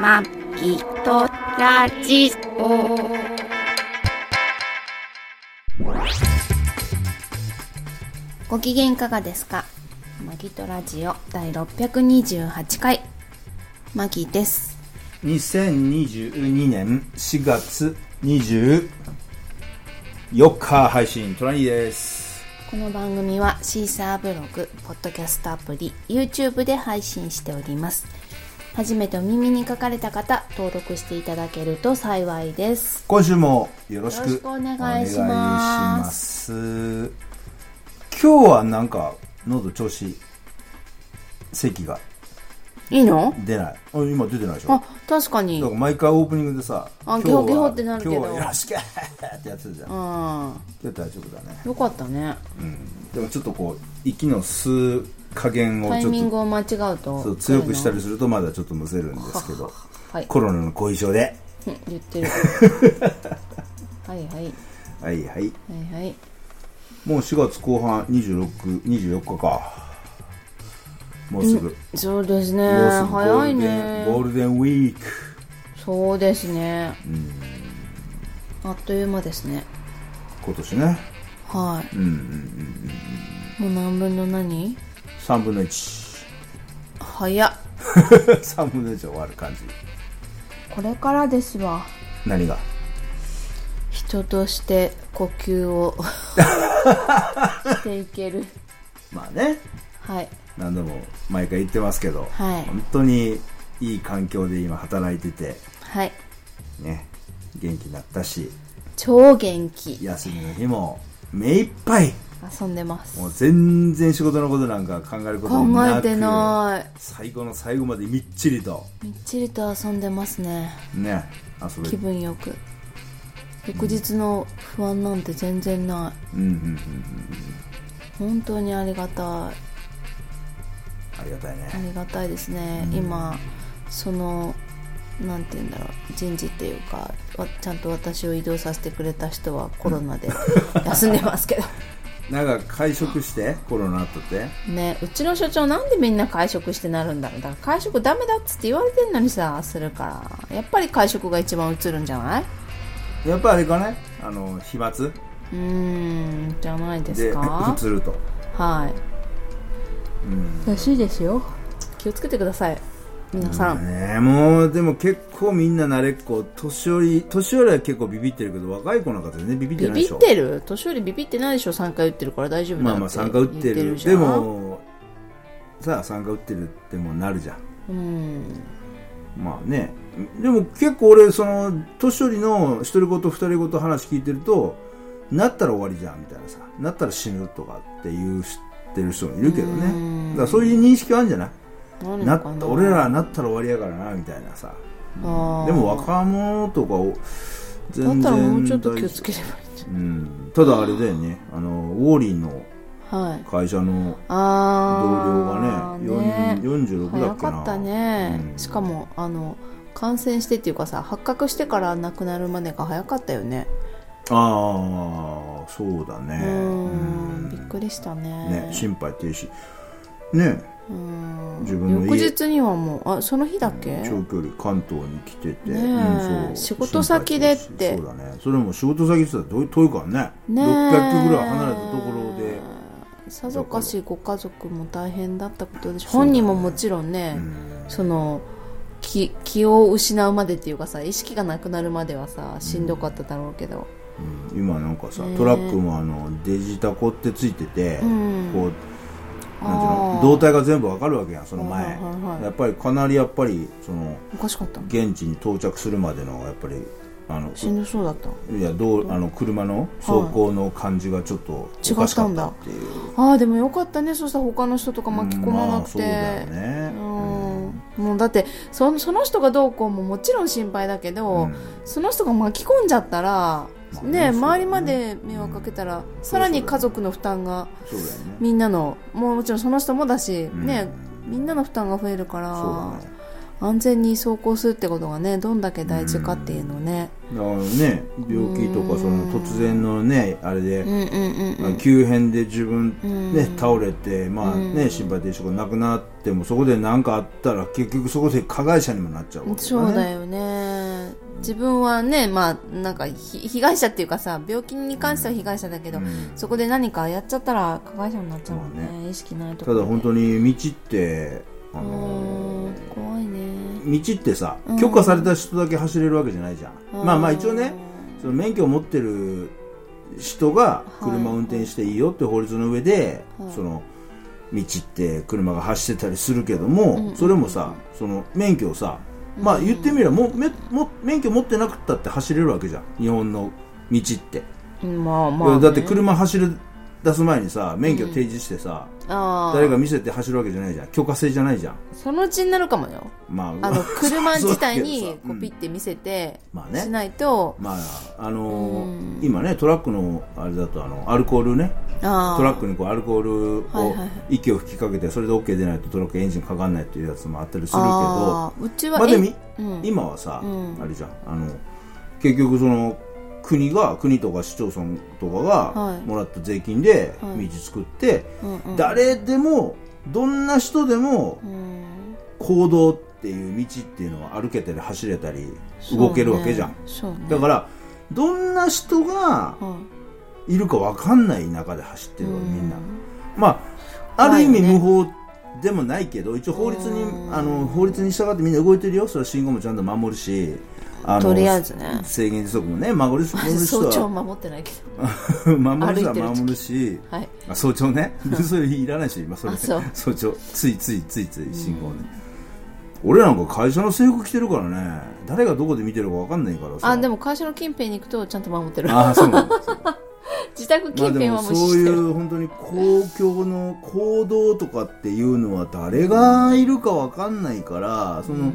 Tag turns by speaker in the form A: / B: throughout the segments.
A: まきとラジオ。ご機嫌いかがですかマギトラジオ第628回。マギです。
B: 2022年4月24日配信トラニーです
A: この番組はシーサーブログ、ポッドキャストアプリ、YouTube で配信しております。初めてお耳に書かれた方、登録していただけると幸いです。
B: 今週もよろし
A: よろし
B: く
A: くお願いします
B: お願いします今日はなんか喉調子咳が
A: いいの
B: 出ないあ今出てないでしょ
A: あ、確かに。
B: だ
A: う
B: か
A: ん。
B: ら毎回オープニングでさ
A: あ
B: 今
A: ゲ
B: 日は
A: ホゲホってなるけど
B: 今日はよろしくってやってるじゃん今日大丈夫だね
A: よかったね。
B: でもちょっとこう息の吸う加減を
A: タイ
B: ちょっ
A: ミン
B: と
A: グを間違うと
B: そう強くしたりするとまだちょっとむせるんですけど
A: はい
B: コロナの後遺症で
A: うん言って るはいはい
B: はいはい
A: はいはい
B: もう4月後半2624日かもうすぐ、
A: そうですね
B: もうすぐゴー
A: 早い
B: ルデン
A: ね
B: ゴールデンウィーク
A: そうですねあっという間ですね
B: 今年ね
A: はいもう何分の何
B: 3分の13
A: 早っ
B: 分の1終わる感じ
A: これからですわ
B: 何が
A: 人として呼吸 をしていける
B: まあね
A: はい
B: 何度も毎回言ってますけど、
A: はい
B: 本当にいい環境で今働いてて
A: はい
B: ね元気になったし
A: 超元気
B: 休みの日も目いっぱい
A: 遊んでます
B: もう全然仕事のことなんか考えることもなく
A: 考えてない
B: 最後の最後までみっちりと
A: みっちりと遊んでますね
B: ね遊べ
A: 気
B: る
A: 分よく翌日の不安なんて全然な
B: うんうんうん
A: い本当にありがたい
B: ありがたい
A: あ
B: ね
A: りがたいですね、今そのなんて言うんだろう人事っていうかわちゃんと私を移動させてくれた人はコロナで休んでますけど
B: なんか会食してコロナあったって
A: ねうちの所長なんでみんな会食してなるんだろうだから会食ダメだっつって言われてんのにさするからやっぱり会食が一番うつるんじゃない
B: やっぱあれかねあの飛沫
A: うーんじゃないです
B: で
A: か
B: うつると
A: はい。らしいですよ。気をつけてください。皆さん。
B: ねもうでも結構みんな慣れっこ年寄り年寄りは結構ビビってるけど若い子なんか全然ビビって
A: ビ
B: ないで
A: ビ
B: しょ
A: ってる年寄りビビってないでしょ ?3 回打ってるから大丈夫だ
B: ま
A: っ
B: あ
A: て
B: まあ参加打って
A: 言
B: る
A: じゃん
B: で、もさあ参加打ってるってもうなるじゃ
A: う
B: ん
A: ん。
B: まあねでも結構俺その年寄りの一人ごと二人ごと話聞いてるとなったら終わりじゃんみたいなさなったら死ぬとかっていう知ってる人もいるけど
A: うん
B: ねだからそういう認識はあるんじゃない
A: なる
B: な
A: のかな
B: 俺らなったら終わりやからなみたいなさでも
A: か
B: 若者とかを
A: だっ
B: 全然
A: たらもうちょっと
B: 大
A: 気を
B: 丈夫
A: つければいいんじ
B: うん、ただあれだよねあのウォーリーの
A: ゃないはい。
B: 会社の同僚
A: あー。
B: がねよん46だ
A: 早
B: っけな
A: かったね、
B: うん
A: しかも、あの、感染してっていうかさ、発覚してから亡くなるまでが早かったよね。
B: ああそうだね
A: う
B: うん
A: ん。びっくりした
B: ね、心肺停止ね
A: うん
B: 自分の
A: 翌
B: 家
A: 日にはもうあその日だっけ
B: 長距離関東に来てて、
A: ねえ
B: そう
A: 仕事先でって
B: 心肺停止そうだねそれも仕事先って言ったら遠い遠いからね
A: ねえ
B: 600キロぐらい離れたところで
A: さぞかしご家族も大変だったことでしょ本人ももちろんね、その気気を失うまでっていうかさ意識がなくなるまではさしんどかっただろうけど、
B: うん今なんかさトラックもあのデジタコってついてて、こうなんていう
A: あー
B: の動体が全部わかるわけやんその前、
A: はいはいはい
B: やっぱりかなりやっぱりその
A: おかしかったの
B: 現地に到着するまでのやっぱりあの
A: しんどそうだった
B: いやどうあの車の走行の感じがちょっとおかしかったっていう、
A: ああでもよかったねそしたら他の人とか巻き込まなくて、
B: まあ、そうだよね、
A: うんもうだってそその人がどうこうももちろん心配だけど、
B: うん
A: その人が巻き込んじゃったら、
B: ま
A: ね
B: あねそうだね
A: 周りまで迷惑かけたら、さらに家族の負担が
B: そうだよね
A: みんなのもうもちろんその人もだし、
B: ん
A: ねみんなの負担が増えるから、
B: そうだね
A: 安全に走行するってことがねどんだけ大事かっていうのね
B: だからね病気とかその突然のねあれで、
A: うんうんうん
B: まあ急変で自分、
A: うん
B: ね、倒れて、まあね、心肺停止がなくなってもそこで何かあったら結局そこで加害者にもなっちゃう
A: う
B: わ
A: ん
B: け
A: そうだ
B: よ
A: よね自分はねまあなんかひ被害者っていうかさ病気に関しては被害者だけど、そこで何かやっちゃったら加害者になっちゃうもん
B: ま
A: ね意識ないと
B: た
A: こ
B: だ
A: ろ
B: 本
A: に
B: 当に道ってあの
A: 怖いね
B: 道ってさ許可された人だけ走れるわけじゃないじゃん、まあまあ一応ねその免許を持ってる人が車を運転していいよって法律の上で、
A: はい
B: その道って車が走ってたりするけども、
A: うん
B: それもさその免許をさまあ言ってみればもうめも免許持ってなくったって走れるわけじゃん日本の道って、
A: うんまあまあね、
B: だって車走る出す前にさ免許提示してさ、
A: あー
B: 誰か見せて走るわけじゃないじゃん許可制じゃないじゃん
A: そのうちになるかもよ
B: まあ
A: あ の車
B: そう
A: 自
B: だ
A: 体
B: けどさ
A: に
B: う
A: こ
B: ん
A: うピッて見せて
B: まあね
A: しないと、
B: まああのー
A: うん
B: 今ねトラックのあれだとあのアルコールね
A: あー
B: トラックにこうアルコール
A: はい
B: を
A: はいはい
B: 息を吹きかけてそれで OK 出ないとトラックエンジンかかんないっていうやつもあったりするけど
A: あーうちは、
B: まあでも
A: えうん、
B: 今はさ、
A: うん
B: あれじゃんあの結局その国が国とか市町村とか
A: は
B: が
A: い
B: もらった税金で
A: はい
B: 道作って、
A: うんうん
B: 誰でもどんな人でも
A: うん
B: 行動っていう道っていうのは歩けたり走れたり
A: そうね
B: 動けるわけじゃん、
A: そうね
B: だからどんな人が
A: ら、
B: いるかわかんない中で走ってるわみんな、
A: う
B: まあ、ある意味
A: 怖い
B: 無
A: よね
B: 法でもないけど、一応法律に
A: うん
B: あの法律に従ってみんな動いてるよ、それは信号もちゃんと守るし、あの
A: とりあえずね
B: 制限時速もね、守る人守る人
A: 早朝
B: は
A: 守ってないけ
B: 守る人
A: 歩いてる
B: は
A: 時
B: 守るし、
A: どはい
B: あ早朝ね、 それいらないし、今それ
A: あそう
B: 早朝、ついついついつい信号ね。俺なんか会社の制服着てるからね、誰がどこで見てるかわかんないからさ。
A: あでも会社の近辺に行くとちゃんと守ってる
B: あそうなんだ
A: 自宅近辺は
B: まあ
A: 無
B: でも
A: 視
B: そう
A: してる、
B: いう 本当に公共の行動とかっていうのは誰がいるかわかんないからその、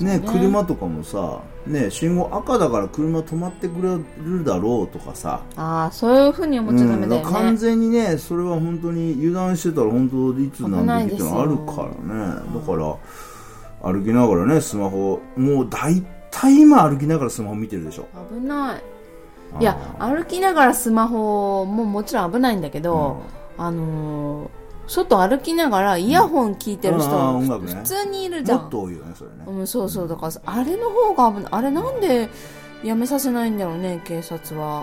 B: ね車とかもさ、ね、信号赤だから車止まってくれるだろうとかさ、
A: ああそういうふうに思っちゃダメだ
B: うんだから
A: よ
B: 完
A: ね、
B: 全にねそれは本当に油断してたら本当いつ何時っていうのはあるからねだから歩きながらねスマホもう大体今歩きながらスマホ見てるでしょ
A: 危ないいや歩きながらスマホももちろん危ないんだけど、あのー外歩きながらイヤホン聞いてる人、
B: あー音楽ね
A: 普通にいるじ
B: も
A: ゃ
B: っ
A: ん
B: と多いよねそれね
A: うん、そうそうだからさあれの方が危ないあれなんでやめさせないんだろうね警察は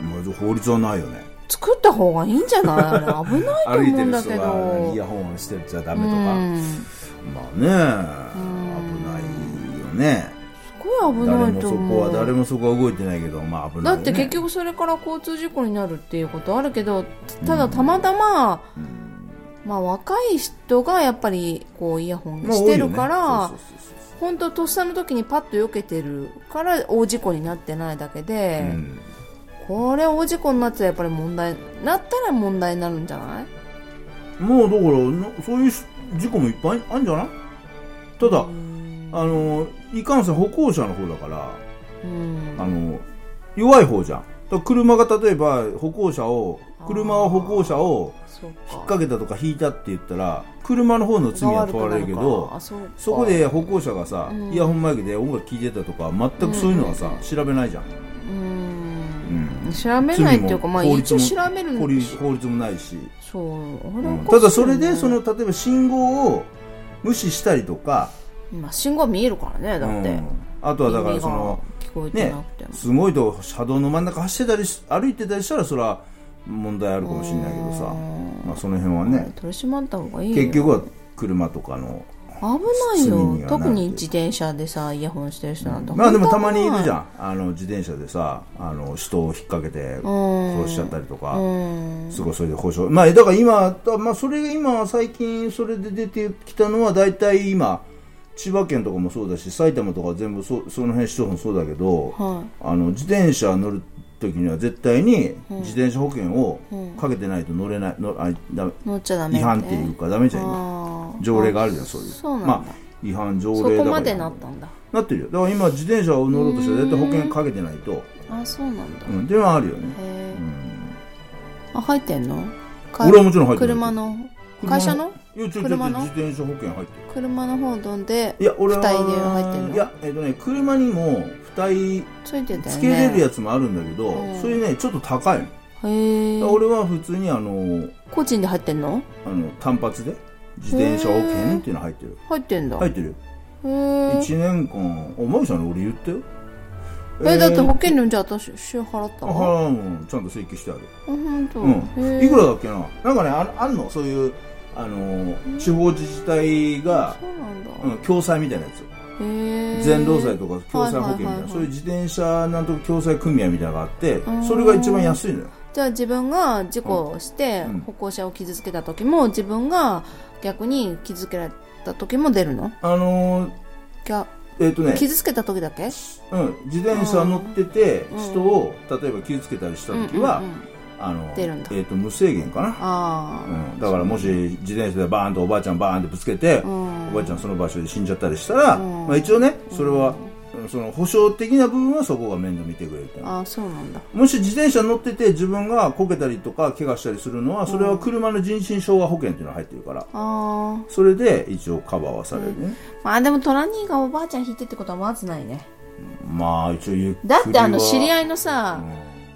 B: まあ法律はないよね
A: 作った方がいいんじゃ ないあれ危ないと
B: 歩い
A: 思
B: て
A: うん
B: る
A: だ
B: 人
A: けど
B: がイヤホンをしてちゃダメと
A: う
B: か、
A: ん
B: まあね危
A: ん
B: ないよね
A: すごい危
B: 誰
A: ない
B: も
A: と
B: そ
A: 思
B: こ
A: う
B: は誰もそこは動いてないけどまあ危ない
A: だ
B: よ、ね、
A: って結局それから交通事故になるっていうことあるけどただたまたま、まあ、若い人がやっぱりこうイヤホン
B: まあ
A: してるから、
B: 多いよねそうそうそう
A: 本当とっさの時にパッと避けてるから大事故になってないだけで、
B: そううん
A: これ大事故になってたらやっぱり問題なったら問題になるんじゃない
B: もうだからなそういうし事故もいっぱいあるんじゃないただ、あのいかんせん歩行者の方だから
A: うん
B: あの弱い方じゃんだから車が例えば歩行者を車は歩行者を
A: そうか
B: 引っ掛けたとか引いたって言ったら車の方の罪は問われるけ
A: が悪くなの
B: ど
A: かあそうか
B: そこで歩行者がさ、
A: うん
B: イヤホンマイクで音楽聴いてたとか全くそういうのはさ、調べないじゃん、
A: うん
B: うん
A: 調べないっていうかまあ
B: 罪も
A: 一応調べる
B: 法
A: の
B: 律法律もないし、
A: そうあ
B: う
A: れお
B: ん
A: かしいよね
B: ただそれでその例えば信号を無視したりとか
A: まあ信号見えるからねだって、
B: うんあとはだからその
A: 耳が聞こえて
B: ね
A: なくても、
B: すごいと車道の真ん中走ってたりし歩いてたりしたらそれは問題あるかもしれないけどさ、まあ、その辺はね
A: 取り締まった方がいいよ
B: 結局は車とかの
A: 危ない
B: 罪にはなる
A: よ
B: けど
A: 特に自転車でさイヤホンしてる人なんて
B: まあでもたまにいるじ
A: ん
B: ゃんあの自転車でさあの人を引っ掛けて
A: うん
B: 殺しちゃったりとか、
A: うん
B: すごいそれで保証まあだから今、だまあ、それが今最近それで出てきたのは大体今千葉県とかもそうだし埼玉とか全部そその辺市町村そうだけど、
A: は
B: あの自転車乗る時には絶対に自転車保険をかけてないと乗れない、のあだ
A: い乗っちゃダメ
B: 違反っていうかダメじゃん今
A: あー
B: 条例があるじゃんそういう
A: そうなんだ
B: まあ違反条例
A: そ
B: だから
A: こまでなったんだ
B: なってるよだから今自転車を乗ろうとしたら絶対保険かけてないと
A: あそうなんだ、
B: うんっていうのはあるよね
A: へえあ入ってんの
B: 俺はもちろん入ってる
A: 車の
B: 車の
A: 会社の
B: いやちょちょちょ自
A: 車の
B: 転車保険入ってる
A: 車の方どんで
B: いや俺は
A: 二人で入ってんの
B: いやえっとね車にも2人
A: ついてたよ
B: 付
A: ね
B: けれるやつもあるんだけど、
A: うん
B: それねちょっと高いの、
A: へえ
B: 俺は普通にあの
A: 個人で入ってんの
B: あの単発で自転車保険っていうの入ってる
A: 入ってんだ、
B: 入ってるよ
A: へえ
B: 1年間あマギさんに俺言ったよ
A: えだって
B: ー
A: 保険料じゃあ私支払った
B: あ
A: のあ
B: はうんちゃんと請求してある
A: 本当、
B: うん
A: へえ
B: いくらだっけななんかねああんのそういうあの地方自治体が、
A: そうなんだ、
B: うん、共済みたいなやつ
A: へえ
B: 全労災とか共済保険みた
A: はいはいは
B: い
A: いは
B: ないそういう自転車なんとか共済組合みたいなのがあって
A: ん
B: それが一番安いのよ
A: じゃあ自分が事故をして
B: うん
A: 歩行者を傷つけた時も自分が逆に傷つけられた時も出るの
B: あのー
A: ぎゃ
B: えっ、とね、
A: 傷つけた時だけ
B: うん、自転車乗ってて
A: うん
B: 人を例えば傷つけたりした時は、
A: うんうんうん
B: あの
A: 出るんだ
B: えっ、と無制限かな
A: ああ
B: うん、だからもし自転車でバーンとおばあちゃんバーンってぶつけて、
A: ん
B: おばあちゃんその場所で死んじゃったりしたら、
A: うん
B: まあ、一応ねそれは、うんその保証的な部分はそこが面倒見てくれるって
A: ああそうなんだ
B: もし自転車乗ってて自分がこけたりとか怪我したりするのはそれは車の人身傷害保険っていうのが入ってるから
A: ああ
B: それで一応カバーはされるね、
A: まあでもトラ兄がおばあちゃん引いてってことはまずないね
B: まあ一応ゆっくり
A: だ
B: は
A: ってあの知り合いの
B: う
A: さ、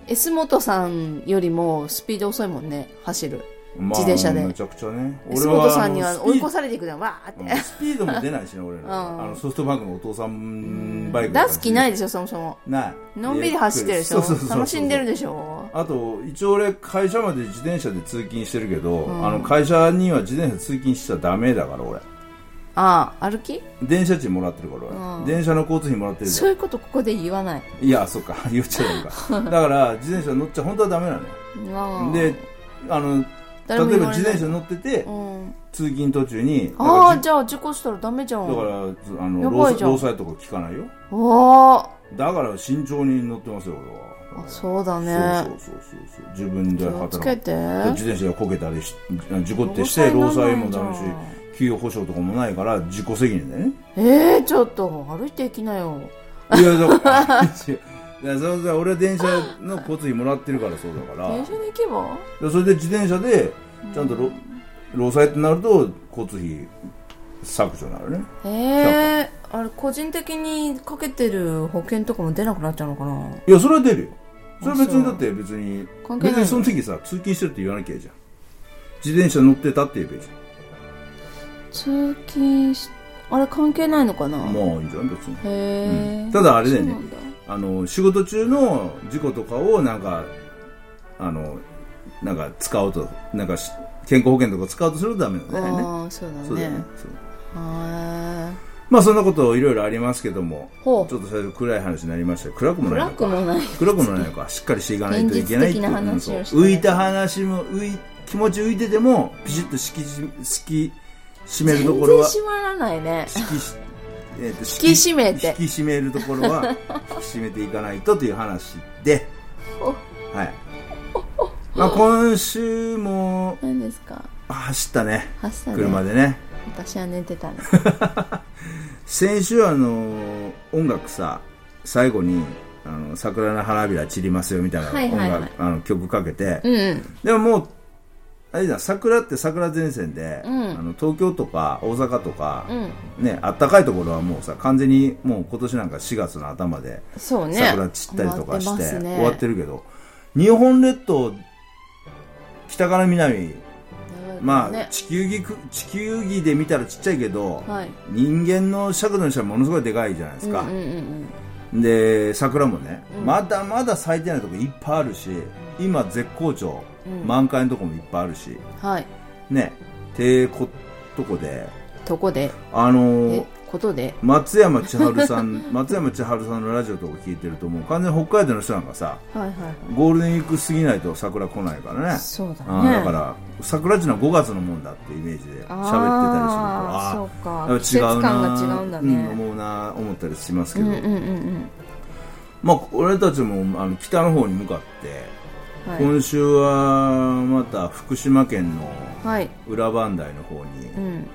A: S 本さんよりもスピード遅いもんね走る
B: んまあ
A: 自転車で
B: めちゃくちゃね
A: S 本さんに
B: あ
A: は追
B: の
A: い
B: スピード
A: 越されていくじゃんわーって
B: うんスピードも出ないしね、俺ら。あのソフトバンクのお父さんバイクだから
A: 出す気ないでしょそもそも
B: ない。
A: のんびり走ってるでしょ
B: そうそうそうそう
A: 楽しんでるでしょ
B: あと、一応俺、会社まで自転車で通勤してるけど、あの、会社には自転車通勤しちゃダメだから、俺。
A: ああ歩き
B: 電車賃もらってるから、
A: うん
B: 俺。電車の交通費もらってるじゃ
A: そういうことここで言わない
B: ん。いや、そっ か、言っちゃうのか。だから、自転車乗っちゃ本当はダメなのよ。
A: ああ
B: で、あの、
A: 誰も言わ
B: 例えば
A: れない
B: 自転車乗ってて、
A: うん
B: 通勤途中に、
A: あ
B: だから
A: あじゃあ事故したらダメじゃん
B: だから、あの、
A: や
B: 労
A: ばい
B: 災
A: じゃん
B: 労災とか聞かないよ。
A: おお
B: だから、慎重に乗ってますよ、俺は。
A: そうだ
B: そう
A: ね
B: そうそうそう自分で
A: 気を
B: 働
A: つ
B: く
A: けて
B: 自転車でこけたりし事故ってして労災もダメし給与保障とかもないから自己責任だよね
A: えー、ちょっと歩いていきなよ
B: いやだから違ういやそうそう俺は電車の交通費もらってるからそうだから
A: 電車で行けば
B: でそれで自転車でちゃんと労労災ってなると交通費削除になるね
A: ええー、あれ個人的にかけてる保険とかも出なくなっちゃうのかない
B: やそれは出るよそれは別
A: あそう
B: にだって別に
A: 関係
B: 別
A: ない
B: にその時さ通勤してるって言わなきゃいいじゃん自転車乗ってたって言えばいいじ
A: 通勤しあれ関係ないのかな
B: ゃんもういいじゃん別に
A: へえ、
B: ただあれだよね
A: そうなんだ
B: あの仕事中の事故とかをなんかあのなんか使うとなんかし健康保険とか使うとするとダメなんだよね。
A: ああそうだね
B: そうだよね。そう
A: は
B: まあそんなこといろいろありますけども、ちょ
A: ほ
B: っ
A: う
B: と最初暗い話になりましたよ暗くも
A: い
B: ない
A: 暗
B: の
A: く
B: か。
A: もない
B: 暗くもないのか。しっかりしていかないといけないってい
A: 現実的
B: う。
A: な話を
B: うん
A: して
B: そう浮いた話も浮い気持ち浮いててもピシッと敷きし引き締めると
A: 全
B: ころ
A: 然
B: は
A: 閉まらないね
B: 引きし、えー と
A: 引き締めて
B: 引き締めるとこ ろは引き締めていかないとという話ではい、まあ、今週も
A: 何ですか
B: あ走ったね
A: 走ったね
B: 車でね
A: 私は寝て たね
B: 先週あの音楽さ最後にあの桜の花びら散りますよみたいな音
A: はい
B: 楽、
A: はいはい
B: あの曲かけて、
A: うんうん
B: でももうあれじゃん桜って桜前線で、
A: うん
B: あの東京とか大阪とか、
A: うん
B: ね、あったかいところはもうさ完全にもう今年なんか4月の頭で
A: そうね
B: 桜散ったりとか
A: 終わ
B: し
A: っててますね
B: 終わってるけど日本列島北から南まあ
A: ね
B: 地球儀く地球儀で見たらちっちゃいけど
A: はい
B: 人間の尺度にしたらものすごいでかいじゃないですか
A: うんうんうん
B: で桜もねまだまだ咲いてないとこいっぱいあるし今絶好調
A: うん
B: 満開のとこもいっぱいあるし
A: うんはい
B: ねてことこで
A: とこで
B: あのー
A: えことで
B: 松山千春 さん松山千春さんのラジオとか聞いてるともう完全に北海道の人なんかさ
A: はいはいはい
B: ゴールデンウィーク過ぎないと桜来ないからね
A: そうだ
B: あー
A: ね
B: だから桜っていうのは5月のもんだってイメージで喋ってたりするから
A: あ
B: あ
A: ー
B: ー
A: そうか季節
B: やっぱ
A: 感が違うんだね
B: うん思うな思ったりしますけ
A: う
B: ど、
A: んうんうん
B: まあ俺たちもあの北の方に向かって、
A: うんはい
B: 今週はまた福島県の
A: はい
B: 裏磐梯の方
A: う
B: に
A: ん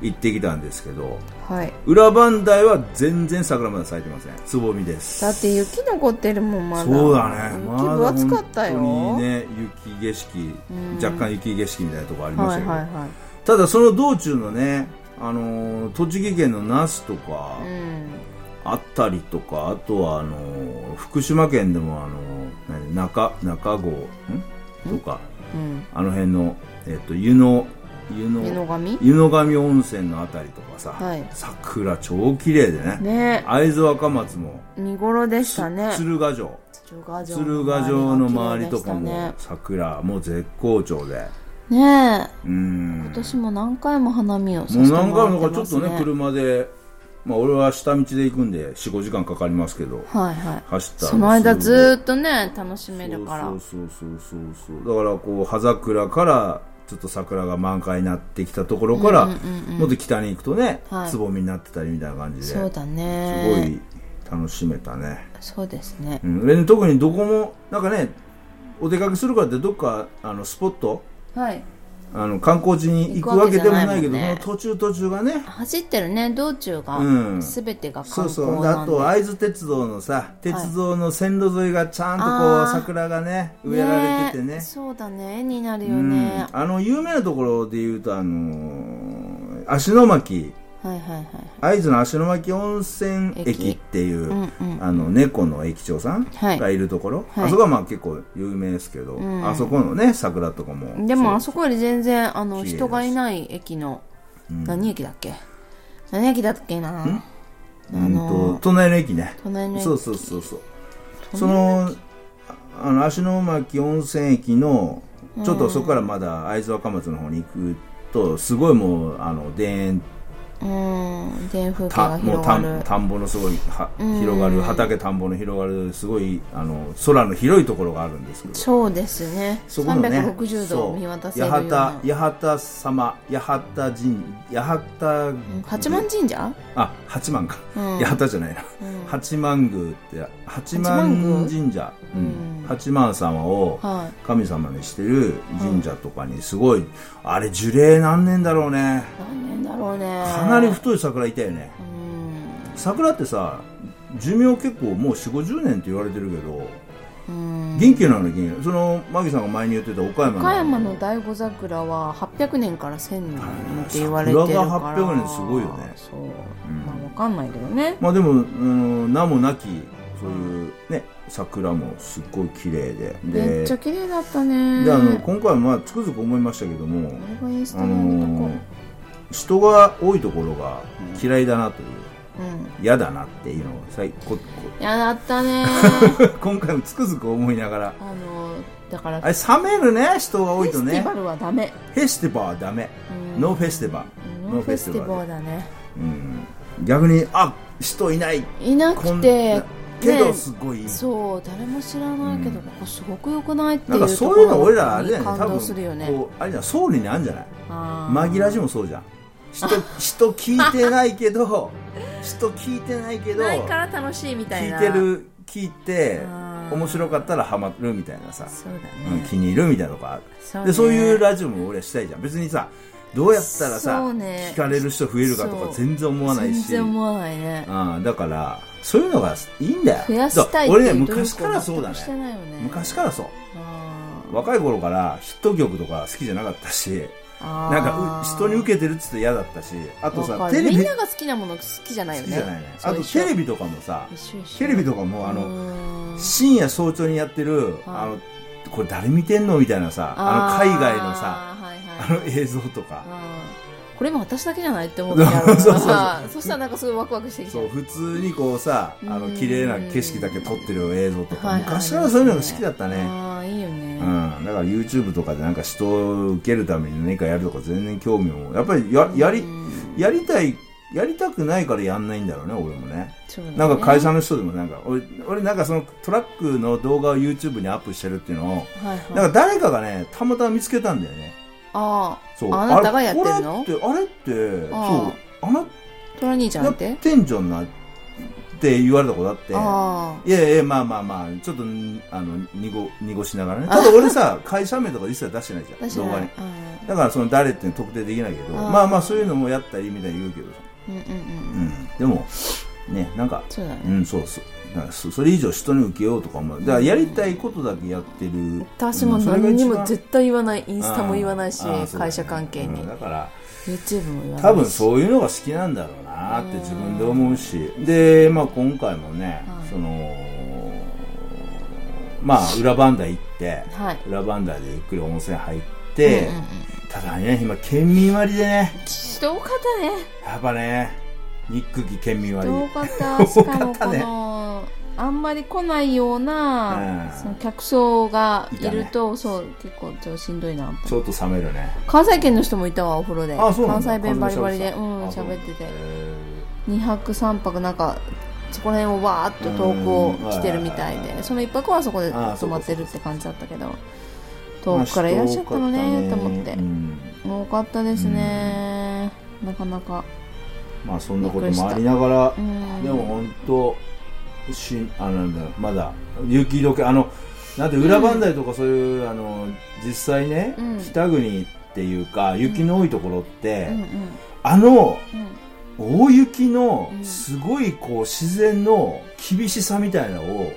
B: 行ってきたんですけど
A: はい
B: 裏磐梯は全然桜まだ咲いてませんつぼみです
A: だって雪残ってるもんまだ
B: そうだね。
A: 雪分厚かったよ
B: まだ本当にね、雪景色、若干雪景色みたいなとこありま
A: はい
B: したけど、
A: はいはい
B: ただその道中のね、あのー栃木県の那須とか、
A: うん
B: あったりとか、あとはあのー福島県でもあのー何中中郷んとか、
A: うん
B: あの辺のえっと湯の湯
A: 湯の
B: の
A: 神
B: 湯の神温泉のあたりとかさ、
A: はい
B: 桜超綺麗でね。
A: ね
B: 会津若松も、
A: 見頃でしたね
B: 鶴ヶ城、
A: 鶴ヶ
B: 鶴ヶ城の周りとか
A: 綺麗で
B: も桜もう絶好調で、
A: したねねえ
B: うん。
A: 今年も何回も花見をさせ
B: もう
A: てもらって
B: 何回も
A: ます、ね、
B: なんかちょっとね車で、まあ、俺は下道で行くんで45時間かかりますけど
A: はいはい
B: 走ったら
A: その間ず
B: っ
A: ーっとね楽しめるから
B: そうそうそうそうそうそうだからこう葉桜からちょっと桜が満開になってきたところから、
A: うんうんうん
B: もっと北に行くとね、
A: はい
B: つぼみになってたりみたいな感じで
A: そうだ
B: すご
A: ね
B: い楽しめたね、
A: そうですね
B: うん、で特にどこもなんかねお出かけするからってどっかあのスポット
A: はい
B: あの観光地に行くわけでもない
A: 行くわけ
B: けど
A: じゃないもんね
B: その途中途中がね
A: 走ってるね道中が、
B: うん
A: 全てが
B: そ
A: 観
B: う
A: 光
B: そうで
A: な
B: あ
A: んで
B: と会津鉄道のさ鉄道の線路沿いがちゃんとこう、
A: あー
B: 桜がね植えられててね
A: えそうだね絵になるよ
B: うん
A: ね、
B: あの有名なところで言うとあのー芦ノ牧
A: はいはいはい
B: 会津の芦ノ牧温泉駅
A: 駅
B: っていう、
A: うんうん
B: あの猫の駅長さん
A: はい
B: がいるところ、
A: はい
B: あそこはまあ結構有名ですけど、
A: うん
B: あそこのね桜とかも
A: でもあ
B: そ
A: そこより全然あの
B: 綺麗だし
A: 人がいない駅の
B: ううん
A: 何駅だっけ、何駅だっけなあ
B: うん
A: の
B: と隣の駅ね
A: 隣の駅
B: そうそうそうそうそのあの芦ノ牧温泉駅のちょっとそこからまだ会津若松の方に行くとすごいもうあの田園
A: うん電風景
B: た
A: が
B: もう
A: 広が
B: 田
A: る
B: 田んぼのすごいは
A: うん
B: 広がる畑田んぼの広がるすごいあの空の広いところがあるんですけど
A: そうですね
B: そこのね
A: 360度
B: そう
A: 見渡せるような
B: 八幡八幡様八幡神八幡
A: うん八幡神社、
B: あ八幡か、
A: うん
B: 八幡じゃないな
A: うん
B: 八幡宮って八
A: 幡
B: 幡
A: 宮
B: 神社、うん
A: うん
B: 八幡様を
A: はい
B: 神様にしてる神社とかにすごい、あれ樹齢何年だろうね
A: 何年だろうね
B: かなり太い桜いたよね
A: うん
B: 桜ってさ寿命結構もう4 5 0年って言われてるけど
A: うん
B: 元気なのに元気なのそのマギさんが前に言ってた岡山の
A: 岡山の醍醐桜は800年から1000年って言われてるから
B: 桜が800年すごいよね
A: そう、
B: ん
A: まあ分かんないけどね
B: まあでも、うん、名もなきそういうね桜もすっごい綺麗で
A: めっ
B: で
A: ちゃ綺麗だったね
B: であの今回はまあつくづく思いましたけども、
A: これがインスタ
B: あ
A: に
B: の
A: 上
B: ー
A: げ
B: 人が多いところが嫌いだなという、
A: とこう、うん、
B: 嫌だなっていうのを最こ こ
A: やだった ね
B: 今回もつくづく思いながら
A: あのだから
B: あれ冷めるね人が多
A: フ
B: い
A: ェ
B: と
A: スティ
B: ね
A: バルはダメ、
B: フェスティバルはダメ、
A: うん
B: ノーフェスティバル
A: ノーフェスティバルだね
B: うん、逆にあ人いない
A: いな
B: こん
A: くて
B: けど
A: ね
B: すごい、
A: そう誰も知らないけど、
B: うん
A: ここすごくよくないってい
B: なん
A: う
B: か
A: とこ
B: そういうの俺らあ
A: ろ
B: れだよ
A: に
B: ね
A: 感
B: 多
A: 動するよ
B: 分
A: ね
B: こうあれじゃんソウルにあるんじゃない
A: あー
B: 紛らじもそうじゃん 人人聞いてないけど人聞いてないけど
A: ないから楽しいみたい
B: 聞
A: ない
B: てる聞いて
A: あー
B: 面白かったらハマるみたいなさ、
A: そうだね
B: うん、気に入るみたいなとこある
A: そうね
B: でそういうラジオも俺はしたいじゃん別にさどうやったら
A: そ
B: さ、
A: うね
B: 聞かれる人増えるかとか
A: そう
B: 全然思わないし
A: 全然思わないね
B: うん、だからそういうのがいいんだよ
A: 増やしたいって
B: そう俺ね
A: いう努力
B: 昔からそうだ
A: を全くして
B: ね
A: ないよね
B: 昔からそう
A: あー
B: 若い頃からヒット曲とか好きじゃなかったし
A: あー
B: なんかう人に受けてるっつって嫌だったしあと
A: わか
B: さ
A: る
B: テレビ
A: みん
B: 好
A: なが好きなもの好きじゃないよ
B: き
A: ね
B: じゃないねあとテレビとかもさテレビとかもあの
A: の
B: 深夜早朝にやってるあのこれ誰見てんのみたいなさあの海外のさ
A: あーはいはい
B: あの映像とか
A: あーこれ今私だけじゃないって思う時ある
B: そうそうそう
A: あ ーそしたらなんかすごいワクワクしてきて
B: そう普通にこうさあの
A: うん
B: 綺麗な景色だけ撮ってる映像
A: はい
B: とか
A: はい
B: 昔からそういうのが好きだったね
A: ああいいよね、
B: うん、だから YouTube とかでなんか人を受けるために何かやるとか全然興味もやっぱりややり、
A: うん
B: やりたいやりたくないからやんないんだろうね俺もね
A: そうだね
B: なんか会社の人でもなんか俺俺なんかそのトラックの動画を YouTube にアップしてるっていうのを
A: はいはい
B: なんか誰かがねたまたま見つけたんだよね
A: ああ
B: そう
A: あなたがやってんの
B: あれこれってあれって
A: あ
B: そうあな
A: トラ兄ち
B: た
A: ゃん
B: や
A: っ
B: っててんじゃんなって言われたことあって
A: あ
B: いやいや、まあまあまあ、ちょっと、んあの、濁、濁しながらね。ただ俺さ、会社名とか一切出してない
A: あ
B: じゃん、動画
A: う
B: に。
A: ん
B: だからその誰っていうの特定できないけど、
A: あー
B: まあまあそういうのもやったりみたいに言うけどさ。
A: うんうん
B: うん。でも、ねなんか
A: そうだね
B: うんそうそうなんかそそれ以上人に受けようとか思うだからやりたいことだけやってる
A: 私も
B: うんそれが
A: 何
B: 一
A: に
B: 番
A: も絶対言わないイ
B: イ
A: ンスタも言わないし会社関係に
B: だから
A: YouTube も言わないし
B: 多分そういうのが好きなんだろうなって自分で思うしで、まあ、今回もね、
A: はい
B: そのまあ裏磐梯行って
A: はい
B: 裏磐梯でゆっくり温泉入っ
A: うんう
B: て、
A: んうん
B: ただね今県民割でね
A: ひどかったね
B: やっぱね憎き県民割
A: 多かったしかも
B: 多かった
A: こ
B: ね
A: のあんまり来ないような、
B: うん
A: その客層がいるとそう結構ちょっとしんどいな
B: ちょっと冷めるね
A: 関西圏の人もいたわお風呂で
B: あそうなん
A: 関
B: だ
A: 西弁バリバリでう
B: 関西
A: ん
B: 弁
A: 喋
B: 喋っ
A: ってて
B: た
A: て
B: へ
A: 2泊3泊なんかそこら辺をわーっと遠くを来てるみたい
B: うん
A: でその1泊はそこで
B: あ
A: 泊まってるって感じだったけど遠くからいらっしゃったのねと思って
B: うん
A: 多かったですねなかなか
B: まあそんなこともありながら
A: うん
B: でも本当しあのなんだまだ雪解けあのなんて裏磐梯とかそういう、あの実際ね、
A: うん
B: 北国っていうか雪の多いところって、
A: うんうん
B: あの
A: うん
B: 大雪の
A: うん
B: すごいこう自然の厳しさみたいなのを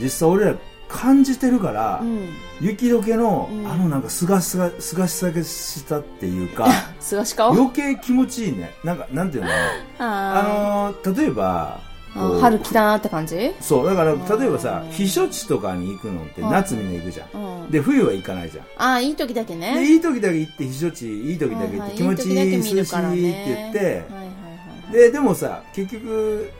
B: 実際俺ら感じてるから、
A: うん
B: 雪解けの、
A: うん
B: あのなんかすがすがすがしさがしたっていう か
A: すがし顔
B: 余計気持ちいいねなんかなんていうのかな
A: あ
B: あの例えば
A: ー
B: こ
A: あ
B: う
A: ー春来たなって感じ
B: そう、だから、
A: ー
B: 例えばさ、避暑地とかに行くのって
A: はい
B: 夏みんな行くじゃん。
A: うん
B: で、冬は行かないじゃん。
A: ああいい時だけ
B: で、
A: ね
B: いい時だけ行って、避暑地、いい時だけ行っ
A: はいは
B: て、
A: い
B: 気持ち
A: い
B: いい、
A: い時だけ見
B: 涼
A: る
B: し
A: から
B: い
A: ね
B: って言って
A: はい、はいはいはい
B: で、でもさ、結局、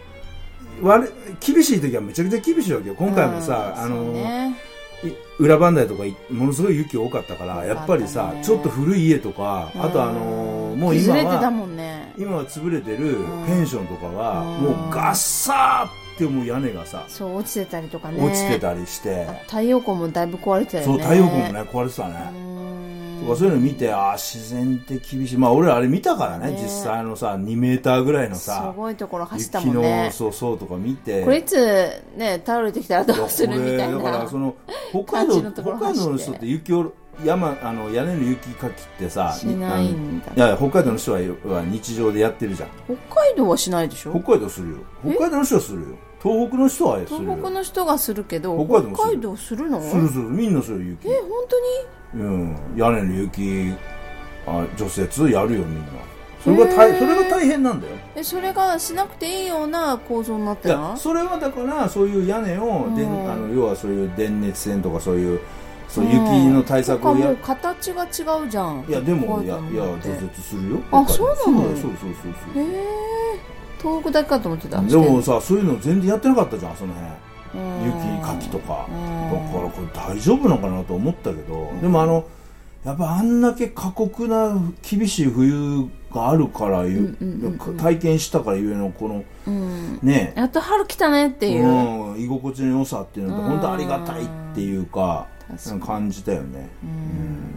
B: 悪い厳しい時はめちゃくちゃ厳しいわけよ。今回もさ、
A: うん
B: あの、
A: そうね
B: い裏磐梯とかいものすごい雪多かったから、やっぱり
A: 多か
B: さ
A: った、ね
B: ちょっと古い家とか、あとあの、もう
A: 崩
B: 今
A: れてた
B: は、
A: もんね
B: 今は潰れてる
A: うん
B: ペンションとかは、
A: うん
B: もうガッサーってもう屋根がさ、
A: そう落ちてたりとかね
B: 落ちてたりして、
A: 太陽光もだいぶ壊れてたよね
B: そう太陽光もね
A: う
B: 壊れてたね、
A: ーん
B: とかそういうの見てああ自然って厳しいまあ俺らあれ見たからね
A: ね
B: 実際のさ2メーターぐらいの
A: す
B: さ
A: ごいところ走った
B: 雪
A: もんね
B: のそうそうとか見て
A: これいつね倒れてきたら
B: いや
A: どうする
B: これ
A: みたい
B: だから
A: な
B: その北海
A: 感じ
B: 道
A: のところ
B: 北海道の
A: 走
B: 人
A: って
B: って雪を山あの屋根の雪かきってさ
A: しないんだ
B: いやいや北海道の人はは日常でやってるじゃん
A: 北海道はしないでしょ
B: 北海道するよ北海道の人はするよ東北の人はするよ
A: 東北の人がするけど
B: 北海道もする
A: 北海道するの
B: するするみんなする雪
A: え本当に
B: うん、屋根の雪あ除雪やるよみんなそれが大
A: へー
B: それが大変なんだよ
A: えそれがしなくていいような構造になっ
B: い
A: て
B: や
A: な
B: それはだからそういう屋根を、
A: うん
B: であの要はそういう電熱線とかそういうそう
A: うん
B: 雪の対
A: と
B: 策
A: か
B: をや
A: もう
B: る
A: 形が違うじゃん
B: いやでもい
A: 北
B: や
A: 海
B: いや
A: 道のも
B: 除
A: のって
B: 雪するよ
A: あそうなの
B: そうそうそう
A: へ
B: そう
A: え東北だけかと思ってた
B: でもさそういうの全然やってなかったじゃんその辺
A: うん
B: 雪かきとか
A: う
B: だ
A: ん
B: からこれ大丈夫なのかなと思ったけどでもあのやっぱあんだけ過酷な厳しい冬があるからゆ
A: うんうんうんうん
B: 体験したからゆえのこの
A: うん
B: ね
A: やっと春来たねっていう、
B: うん、居心地の良さっていうのと
A: うん
B: 本当ありがたいっていうか
A: 確かに
B: 感じたよね
A: うん
B: うん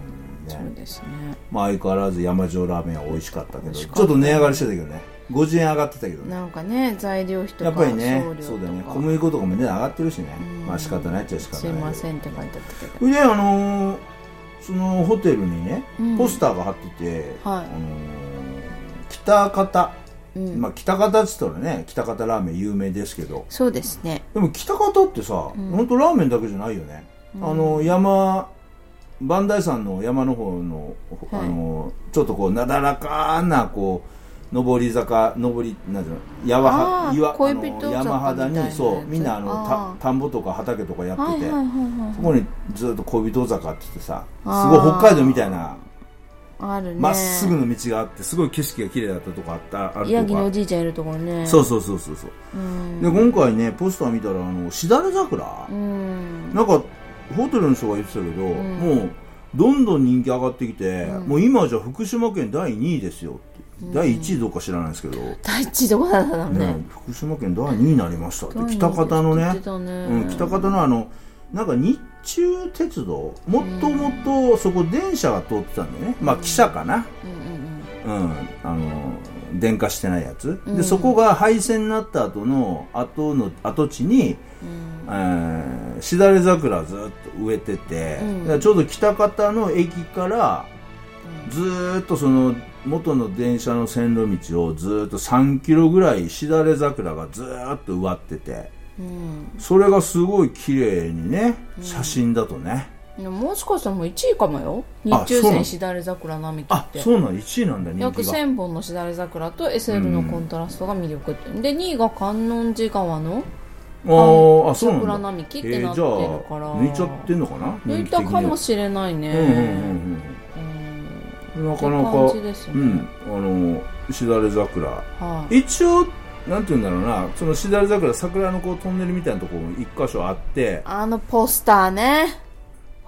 A: そ
B: ね
A: うですね
B: まあ相変わらず山上ラーメンは美味しかったけど
A: 美味
B: ち
A: し
B: ょ
A: か
B: っ
A: った
B: と値上がりしてたけどね50円上がってたけどね
A: なんかね材料費とか
B: やっぱりね
A: 送料とか
B: そうだよね小麦粉とかも値段上がってるしね
A: うん
B: まあ仕方ないっちゃ仕方ない
A: すいませんって書いてあったけど
B: それであのーそのホテルにね
A: うん
B: ポスターが貼って
A: は
B: て、
A: い
B: あのー北方、
A: うん
B: まあ、北方っつったらね北方ラーメン有名ですけど
A: そうですね
B: でも北方ってさ、
A: うん
B: 本当ラーメンだけじゃないよね、あの山磐梯山の山の方の,、
A: はい
B: あのちょっとこうなだらかなこう上り坂上りなんていうの山
A: あ
B: は
A: ー
B: 岩
A: 恋
B: あ
A: 人
B: の山肌
A: 坂みたいなや
B: に
A: つ
B: そうみんなあの
A: あー
B: た田んぼとか畑とかやって
A: はいはい
B: て、
A: はいはい
B: そこにずっと小人坂って言ってさす
A: あ
B: ご
A: ー
B: い北海道みたいな
A: あるね
B: まっすぐの道があってすごい景色が綺麗だったとこあったある
A: ヤ
B: と
A: ギのお
B: か
A: じいちゃんいるところね
B: そううそうそうそうそう
A: うん
B: で今回ねポスター見たらあのしだれ桜、
A: うん
B: なんかホテルの人が言ってたけど、
A: ん
B: もうどんどん人気上がってきて、
A: うん
B: もう今じゃ福島県第2位ですよっ
A: う
B: て、
A: ん
B: 第1位どうか知らないですけど、
A: 大地どこだったの
B: ね
A: ね
B: 福島県第2位になりましたって北方の
A: 言って
B: ね、
A: た
B: うん、北方のあのなんか日中鉄道もっともっとそこ電車が通ってたんだよね、まあ汽車かな、
A: うんうん
B: うん、あの電化してないやつ、
A: う
B: で
A: ん
B: そこが廃線になった後の後の跡地に
A: うん
B: えーしだれ桜ずっと植えてて、
A: うん
B: だからちょうど北方の駅からずーっとその元の電車の線路道をずーっと3キロぐらいしだれ桜がずーっと植わってて
A: うん
B: それがすごい綺麗にね写真だとね、
A: でももしかしたらもう1位かもよ
B: あ
A: 日中線しだれ桜並木
B: あ
A: って
B: そうなん1位なんだ人
A: 約
B: 気が
A: 1000本のしだれ桜と SL のコントラストが魅力って、で2位が観音寺川の
B: あーあそう
A: 桜
B: なん
A: 並
B: だ
A: 木っ
B: え
A: てな
B: ー
A: っ
B: じ
A: て
B: ゃ
A: る
B: あ
A: から、
B: 抜いちゃってんのかな
A: 抜いたかも
B: し
A: しれないね、
B: れない、うんうんうんうん、なかな
A: うん
B: か
A: って感じですね、
B: うんあのしだれ桜
A: はい、
B: 一応なんて言うんだろうなそのしだれ桜桜のこうトンネルみたいなところも一箇所あって
A: あのポスターね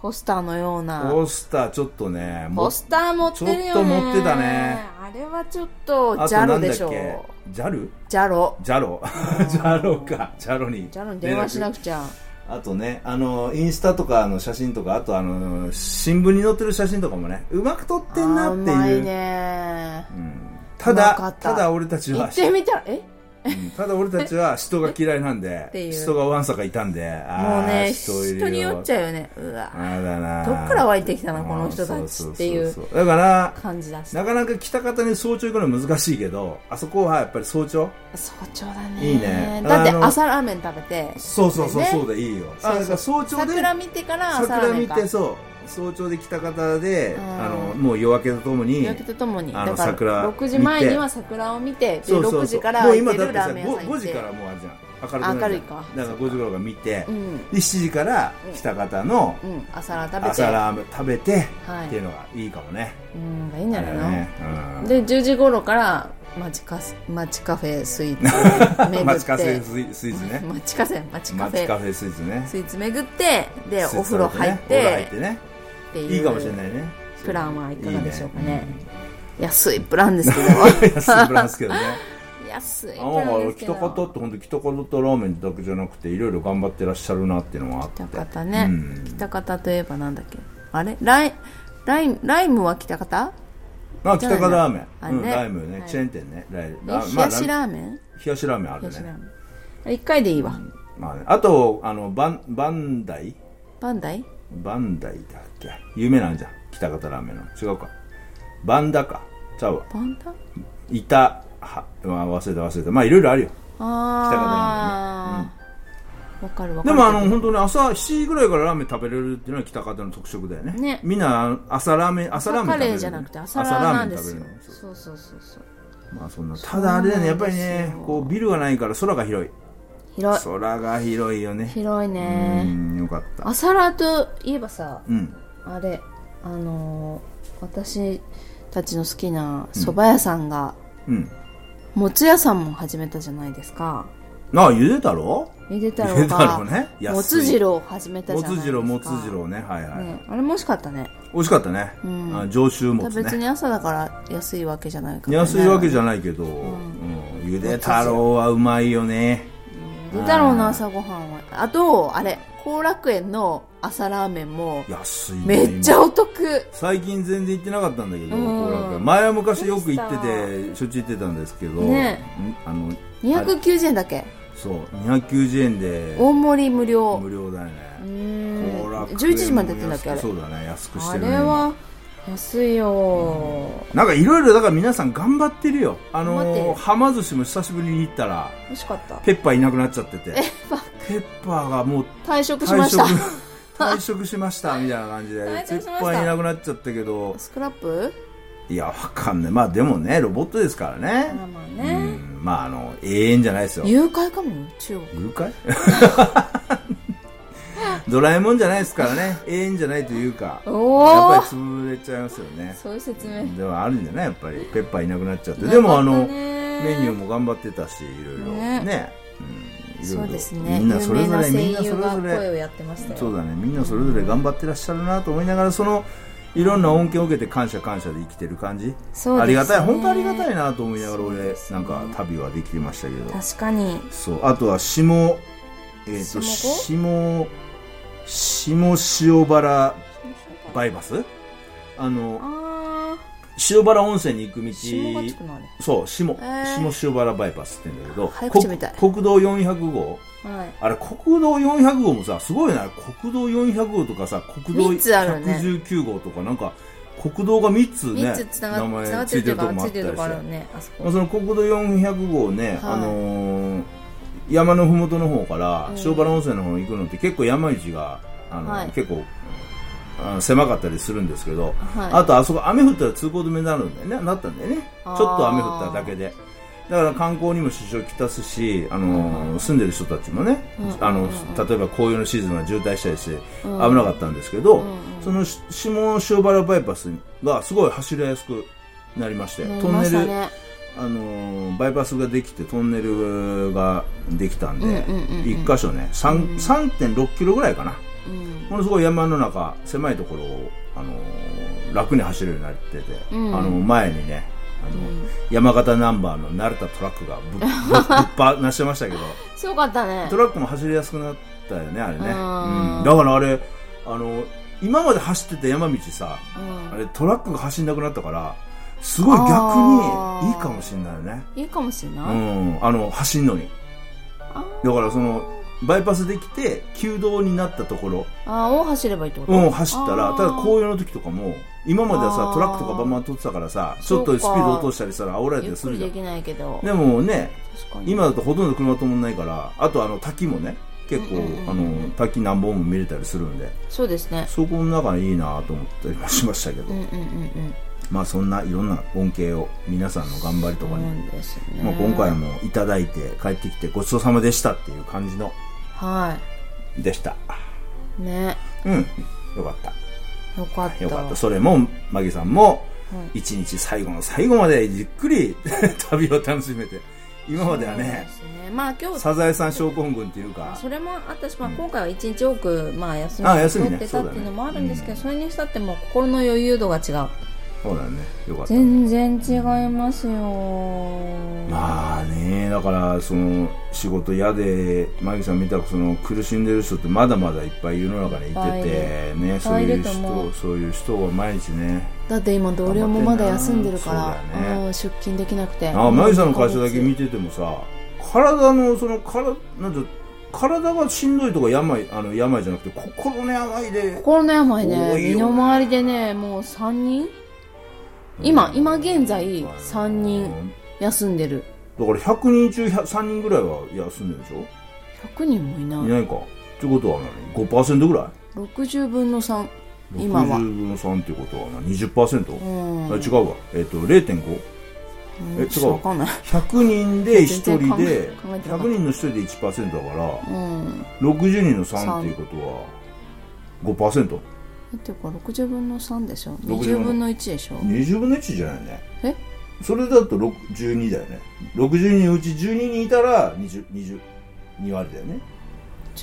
A: ポスターのような
B: ポスターちょっとねも
A: ポスター持ってるよね
B: ちょっと持ってたね
A: あれはちょっと
B: あと
A: ジャ
B: な
A: ロ
B: んだ
A: で
B: っ
A: しょ
B: けジャル
A: ジャロ
B: ジャロ ジャロかジャロに
A: ジャロに電話しな
B: く
A: くちゃ
B: あとねあのインスタとかの写真とかあとあの新聞に載ってる写真とかもねうまく撮ってんなって
A: あーうま
B: い
A: いうね
B: うんた
A: うまか
B: だ
A: った
B: ただ俺たち
A: 行
B: は
A: ってみたらえ
B: うんただ俺たちは人が嫌いなん
A: てい
B: で
A: う
B: 人がわんさかいたんで
A: も
B: あ
A: う
B: ー
A: ね
B: 人い
A: 人
B: る
A: によ
B: よ
A: っちゃうよねうわ
B: あだな
A: どっから湧いてきたのこの人たちってい
B: ん
A: う
B: そそそそだから
A: 感じだし
B: なかなか北方に早朝行くのは難しいけどあそこはやっぱり早朝
A: 早朝だね
B: いいね
A: だって
B: あの
A: 朝ラーメン食べて
B: そうそうそう
A: ね
B: そうでいいよ、
A: そ
B: あ
A: うそう
B: だから早朝で
A: 桜見てから朝ラ
B: 桜
A: ーメン
B: 見
A: か
B: てそう早朝で北方で、
A: うん
B: あのもう夜明けとともに
A: 夜明けとともにだ
B: あの
A: から
B: 桜
A: 6時前には桜を見てで
B: そうそう
A: 6
B: そ
A: 時
B: う
A: から
B: もう
A: 開い
B: 今
A: て
B: だっ
A: る
B: て
A: ラ
B: さ
A: ーメン屋さ
B: 5,
A: ん行っ
B: 時
A: て
B: からもうあるじゃん明るくなるじゃん
A: 明るいか
B: だから5時から見て、
A: うん
B: で7時から北方の
A: うん朝ラー食べて
B: 朝ラーメン食べて、
A: はい
B: っていうのがいいかもね
A: うんがいいんじゃないの、
B: ねうん
A: で10時頃から街カス街カフェスイーツ を巡って
B: 街カフェスイスイーツね
A: 街カフェ街カフ
B: 街カ
A: ェ
B: フェスイーツね
A: スイーツ巡ってで
B: スイ
A: お
B: ーツ食
A: 風呂
B: べ
A: 入っ
B: ねお風呂
A: て
B: 入ってね
A: っていう
B: いいかもしれないね
A: プランはいかがでしょうかね
B: いいね
A: 安いプランですけど
B: うん 安いプランですけどね
A: 安いプ
B: あ
A: ランで
B: あ
A: すけ
B: 北
A: ど
B: 方って本当北方とラーメンだけじゃなくていろいろ頑張ってらっしゃるなっていうのがあって
A: 北方ね、
B: うん
A: 北方といえばなんだっけあれライライムライムは北方
B: あ北方ラーメン
A: あ
B: う
A: れね
B: んライムね
A: はい
B: チェーン店ねライ
A: え
B: ラ
A: 冷
B: まあ
A: やしラーメン
B: 冷やしラーメンあ
A: 冷
B: る
A: やしラーメ
B: ね
A: ンあれ1回でいいわ
B: まあねあとあのバンバンダイ
A: バンダイ
B: バンダイだっけ有名なんじゃん北方ラーメンの違うかバンダかちゃうわ
A: バンダ
B: いたは、まあ、忘れた忘れたまあいろいろあるよ
A: ああわ、かるわか
B: で
A: る
B: もあの本当に朝7時ぐらいからラーメン食べれるっていうのは北方の特色だよね
A: ね
B: みんな朝ラーメン
A: 朝
B: 朝ラーメン
A: カ
B: 食べ
A: レ
B: れ
A: ー
B: る
A: じゃなくて朝ラーなんです
B: 朝
A: よ
B: ラーメン食べれる
A: そうそうそうそう
B: まあそんなただあれだよねやっぱり
A: そうなんで
B: ね
A: すよ
B: こうビルがないから空が広い
A: 広い
B: 空が広いよね
A: 広いうね
B: んよかった
A: 朝ラーといえばさ
B: うん
A: あれあのー私たちの好きな蕎麦屋さんが、
B: うん
A: もつ屋さんも始めたじゃないです か
B: なあゆで太郎
A: ゆで太
B: ゆで
A: 郎
B: 太郎
A: が
B: ね安い
A: もつ汁を始めたじ
B: も
A: ゃないで
B: つ
A: す
B: 汁
A: か
B: もつ汁ねはいはい、
A: ね、あれも美味しかったね
B: 美味しかったね、
A: ん
B: あ上州もつ
A: 別
B: ね
A: に朝だから安いわけじゃないから、ね、
B: 安いわけ
A: じ
B: じゃないけど、うんゆで太郎はうまいよね
A: ゆで太郎の朝ごはんはあとあれ後楽園の朝ラーメンも
B: 安いよね
A: めっちゃお得
B: 最近全然行ってなかったんだけど、
A: うん
B: 後楽園前は昔よく行って
A: で
B: てしょっちゅう行ってたんですけど、
A: ね
B: んあのあれ
A: 290円だけ
B: そう290円で
A: 大盛り無料
B: 無料だよ
A: うー
B: ね
A: ん
B: 後楽園も
A: 11時までやってんだっけあれ
B: 安くそうだね安くし
A: あ
B: て
A: れ
B: るね
A: は安いよ
B: なんかいろいろだから皆さん頑張ってるよあ
A: 頑張って
B: の
A: る
B: はま寿司も久しぶりに行ったら
A: 美味しかった
B: ペッパーいなくなっちゃっててペッパーがもう
A: 退職しました
B: 退職しましたみたいな感じで
A: 退職し
B: ペ
A: ました
B: ッパーいなくなっちゃったけど
A: スクラップ
B: いやわかんないまあでもねロボットですからね
A: まあまあ
B: う
A: ね
B: んまああの永遠じゃないですよ
A: 誘拐かもよ中国
B: 誘拐 ドラえもんじゃないですからね永遠じゃないというかやっ
A: お
B: ぱ
A: お
B: り潰れちゃいますよね
A: そういう説明
B: でもあるんじゃないやっぱりペッパーいなくなっちゃってでもあのメ
A: メ
B: ニューも頑張ってたしいろいろね
A: ね
B: うん、いろいろ
A: そうですね
B: みんなそれぞれ
A: 有
B: み
A: 名な声
B: んなそ
A: 優が
B: れぞ
A: 声
B: れ
A: をやってましたよ
B: そうだねみんなそれぞれ頑張ってらっしゃるなと思いながらそのいろんな恩恵を受けて感謝感謝で生きてる感
A: そう
B: じ、
A: ですね
B: ありがたい本当ありがたいなと思いながら俺、
A: そうですね
B: なんか旅はできてましたけど
A: 確かに
B: そうあとは下えっ、と
A: 下
B: 下下塩原バイパスあの
A: あ
B: 塩原温泉に行く
A: ー下がつく
B: 道
A: のあれ
B: そう下、
A: ー
B: 下塩原バイパスって言うんだけど
A: 早
B: こ
A: 口みたい
B: 国道400号
A: はい
B: あれ国道400号もさすごいな国道400号とかさ国道
A: 三つあるね
B: 119号とかなんか国道が3つね
A: 三つつな
B: 名
A: がつなが
B: 前
A: っ
B: つ
A: てるって
B: いて
A: い
B: る
A: う
B: とこ
A: か
B: も
A: つ
B: あっ
A: い
B: た
A: て
B: り
A: るとこあるよ
B: して、
A: ねあそこ
B: まあ、その国道400号ね、
A: はい
B: あのー山のふもとの方から
A: うん
B: 塩原温泉の方に行くのって結構山道があの、
A: はい
B: 結構あの狭かったりするんですけど、
A: はい
B: あとあそこ雨降ったら通行止めになるんだよねなったんだよねちょ
A: あ
B: っ
A: ー
B: と雨降っただけでだから観光にも支障をきたすし、あのー住んでる人たちもね、
A: うん
B: あの
A: うん
B: 例えば紅葉のシーズンは渋滞したりして危
A: うん
B: なかったんですけ
A: うん
B: ど、
A: うん
B: そのし下塩原バイパスがすごい走りやすくなりまして
A: なり
B: トン
A: ま
B: ネ
A: した
B: ル、
A: ね
B: あのーバイパスができてトンネルができたんで、
A: うんうんうんうん
B: 一箇所ね
A: うん
B: 3 3.6キロぐらいかな
A: うん
B: ものすごい山の中狭いところを、あのー楽に走るようになってて、
A: うん
B: あの前にねあの、
A: うん
B: 山形ナンバーの慣れたトラックがぶっぶっぶっ放して ましたけど
A: すごかったね
B: トラックも走りやすくなったよねあれね、
A: うん
B: うんだからあれあの今まで走ってた山道さ
A: うん
B: あれトラックが走んなくなったからすごい逆
A: あ
B: に
A: ー
B: いいかもしれないよね
A: いいかもしれ
B: う
A: ない、
B: んあの走んのに
A: あ
B: だからそのバイパスできて旧道になったところ
A: あーを走ればいいってこと
B: うん、走ったら
A: あ、ー
B: ただ紅葉の時とかも、今までは
A: あ
B: さ、
A: ー
B: トラックとかバンバン取ってたからさ、ち
A: そ
B: ょっ
A: う
B: と
A: か
B: スピード落としたりしたら煽られた
A: ゆっ
B: りす
A: く
B: る
A: り
B: じゃ
A: で
B: ん。
A: きないけど
B: でもね、
A: 確かに
B: 今だとほとんど車止まんないから、あとあの滝もね、結構
A: うんうんうん、
B: あの、滝何本も見れたりするんで、
A: そうですね
B: そこの中いいなと思ったりもしましたけ
A: う
B: ど
A: ん、うんうん
B: まあそんないろんな恩恵を皆さんの頑張りとか
A: うん
B: に、
A: そうですね
B: まあ今回もいただいて帰ってきてごちそうさまでしたっていう感じの、
A: は
B: でした。
A: いね
B: うん、よかった。
A: よかった
B: よかった。それも、マギさんも、
A: はい
B: 一日最後の最後までじっくり 旅を楽しめて、今までは
A: そう
B: ね
A: で、すねまあ今日
B: サザエさん症候群っていうか、
A: それもあったし、まあ、今回は一日多く、まあ、休み
B: あ
A: を
B: 休みね
A: 取ってたっていうのもあるんですけど、
B: そ
A: それにしたってもう心の余裕度が違う
B: そうだね、よかった。
A: 全然違いますよ
B: まあね、だから、その、仕事嫌で、マギさん見たら、その、苦しんでる人ってまだまだいっぱい世の中にい
A: いっぱいい
B: てて、ね、
A: ぱ
B: そう
A: いい
B: いう
A: ると思
B: 人、
A: う
B: そういう人は毎日ね、
A: だって今同僚もまだ休んでるか
B: 頑張ってんなそうだ
A: ら、
B: よね
A: うん出勤できなくて
B: あ、マギさんの会社だけ
A: 見
B: 見ててもさ、体の、その、から、なんて、体がしんどいとか病、あの、病じゃなくて、心の病で、
A: 心の病ね
B: 多いよね
A: 身の回りでねもう3人今今現在3人休んでる
B: だから100人中100 3人ぐらいは休んでるでしょ、
A: 100人もい
B: い
A: ない
B: ないかってことは何5%ぐらい
A: 60分の3今は
B: 60分の3っていうことは何 20%?、
A: う
B: あ
A: ん
B: 違うわえっ、と0.5え違う
A: 分かんない
B: 100人で1人
A: 全然考
B: で
A: え考えてなかった
B: 100人の1人で1%だから
A: うんだ
B: 60人の3っていうことは 5%20
A: っていうか60分の3でしょ
B: 60
A: 20分の1でしょ
B: 分の1じゃないね
A: え
B: それだと6 12だよね60人のうち12人いたら20 20 2割だよね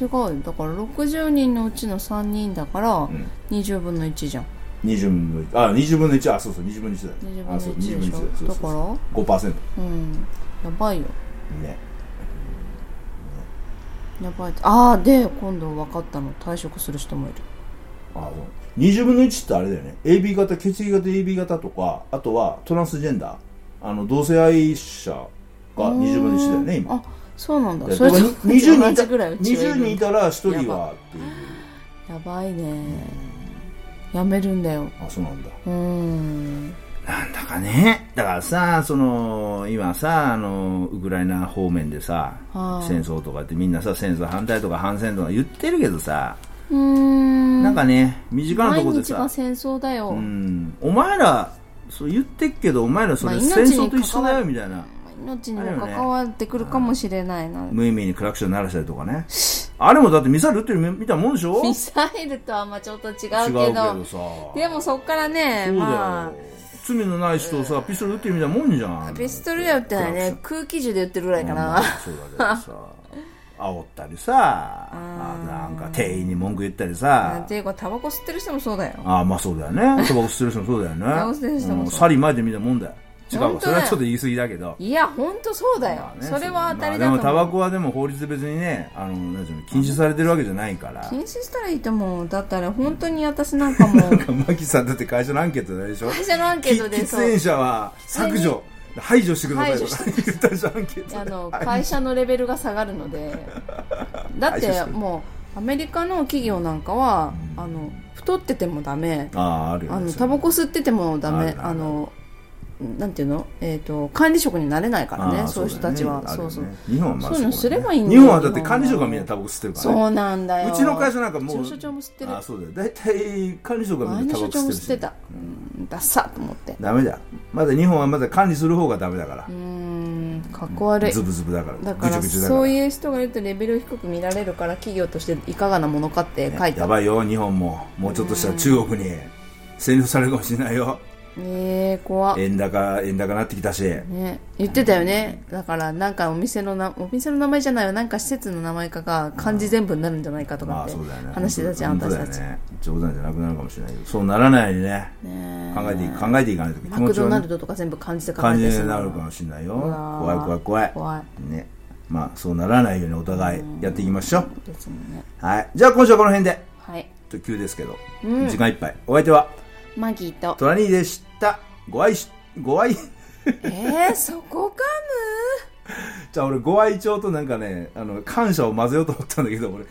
A: 違うよだから60人のうちの3人だから
B: ん
A: 20分の1じゃん
B: 20分の1あ20分の1あそうそう20分の1だよ
A: 20
B: ね
A: 分
B: あ
A: の
B: そう
A: 1でし
B: 20分の
A: ょ
B: 1だよ
A: だ
B: そうそう
A: から
B: そ
A: う
B: う5%
A: んやばいよ
B: ね
A: やばいああで今度分かったの退職する人もいる
B: あそう20分の1ってあれだよね AB 型血液型 AB 型とかあとはトランスジェンダーあの同性愛者が20分の1だよね今
A: あそうなんだ
B: だ
A: そ
B: か
A: れ
B: ら
A: と
B: 20人いた
A: 同じぐらいうちはいる
B: 20人いたら1人はっていう
A: やばいねやめるんだよ
B: あそうなんだ
A: うーん
B: なんだかねだからさその今さあのウクライナ方面でさ
A: はい
B: 戦争とかってみんなさ戦争反対とか反戦とか言ってるけどさ
A: うーん
B: なんかね身近なと
A: 毎
B: ころで
A: 日
B: さ
A: が戦争だよ、
B: うん、お前らそう言ってっけどお前らそ
A: ま
B: れ
A: あ
B: 戦争
A: 命
B: と一
A: に
B: 緒
A: 関
B: だ
A: わ
B: よみたいな
A: 命にも関わってくるかもしれないな、
B: 無意味にクラクション鳴らしたりとかねあれもだってミサイル撃ってるみみたいなもんでしょ
A: ミサイルとはまあちょっと違うけ
B: 違う
A: ど
B: けどさ
A: でもそっからね
B: そうだよ、
A: ま
B: 罪のない人をさピストル撃ってるみたいなもんじゃ
A: あ
B: ん
A: ピストルでは撃ってないね空気銃で撃ってるぐらいかな、
B: そうだけどさ煽ったりさあなんか店員に文句言ったりさ
A: っていうかタバコ吸ってる人もそうだよ
B: ああまあそうだよねタバコ吸ってる人もそうだよね
A: タバコ吸ってる人 もそう
B: うん去りまいてみたいなもんだよ違う
A: 本当
B: わそ
A: だ
B: れ
A: よ
B: はちょっと言い過ぎだけど
A: いや本当そうだよ、
B: まあね
A: それは当たりだ
B: まあ
A: と
B: で
A: 思
B: も
A: う、
B: タバコはでも法律で別にねあのなんていうの禁止されてるわけじゃないから
A: 禁止したらいいと思うだったら本当に私なんかもう
B: マキさんだって会社のアンケートであれでしょ
A: 会社のアンケートで
B: き
A: そう
B: 喫煙者は削除排除してくださいとか
A: 排
B: 言ったじゃんアンケートで
A: あの
B: はい
A: 会社のレベルが下がる のでだっ
B: あそう
A: て
B: そう
A: もうアメリカの企業なんかは、あの太っててもダメ
B: あああるよね
A: あの
B: それ
A: タバコ吸っててもダ
B: あるあ
A: メ
B: る
A: あのなんていうの、えー、と管理職になれないからね
B: ああ
A: そういう人
B: だ
A: た
B: よね
A: ちは
B: ある
A: そ
B: よ
A: うそう
B: ね日本はまあ
A: そういうの
B: こだね
A: すればいいんだ
B: 日
A: よ
B: 本はだって管理職がみんなタバコ吸ってるからね
A: そうなんだよ
B: うちの会社なんかもう
A: うちの所長も吸ってる
B: あそうだよ大体管理職が
A: 前
B: みんな
A: の
B: タバ
A: 所長も
B: コ吸ってる
A: 吸っ
B: して
A: た、うん、ダッサと思って
B: ダメだまだ日本はまだ管理する方がダメだから
A: うーんかっこ悪い
B: ズブズブだから
A: だから
B: ぐちゅぐちゅだから
A: そういう人がいるとレベル低く見られるから企業としていかがなものかって書いてあ
B: や
A: る、
B: ばいよ日本ももうちょっとしたら中国に占領されるかもしれないよ
A: えー、怖っ
B: 円高円高なってきたし
A: ね、言ってたよねだからなんかお店のなお店の名前じゃないよなんか施設の名前かが漢字全部になるんじゃないかと
B: ま
A: か
B: あ
A: って
B: そうだよね
A: 話してたじゃん、
B: 本当
A: 私
B: だ
A: た
B: よ
A: ち、
B: ね冗談じゃなくなるかもしれないけどそうならないようにね
A: ねえ
B: 考えてい考えていかないと気
A: マク
B: 持ち
A: ド
B: は
A: ナ
B: ね
A: ルドとか全部漢字で書か
B: 感
A: れ
B: じ
A: てう
B: になるかもしれないよ
A: うわー
B: 怖い怖い怖い
A: 怖い
B: ねまあそうならないようにお互いやっていきましょう
A: ですもんね
B: はいじゃあ今週はこの辺で
A: はい
B: ちょっと急ですけど、時間いっぱいお相手は
A: マギーと
B: トラニーでしたご愛しご愛
A: えー、そこか
B: じゃあ俺ご愛聴となんかねあの感謝を混ぜようと思ったんだけど俺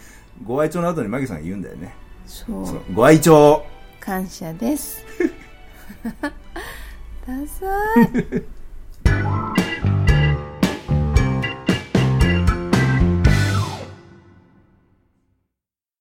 B: ご愛聴の後にマギさんが言うんだよね
A: むそう
B: そうご愛聴
A: 感謝ですダサい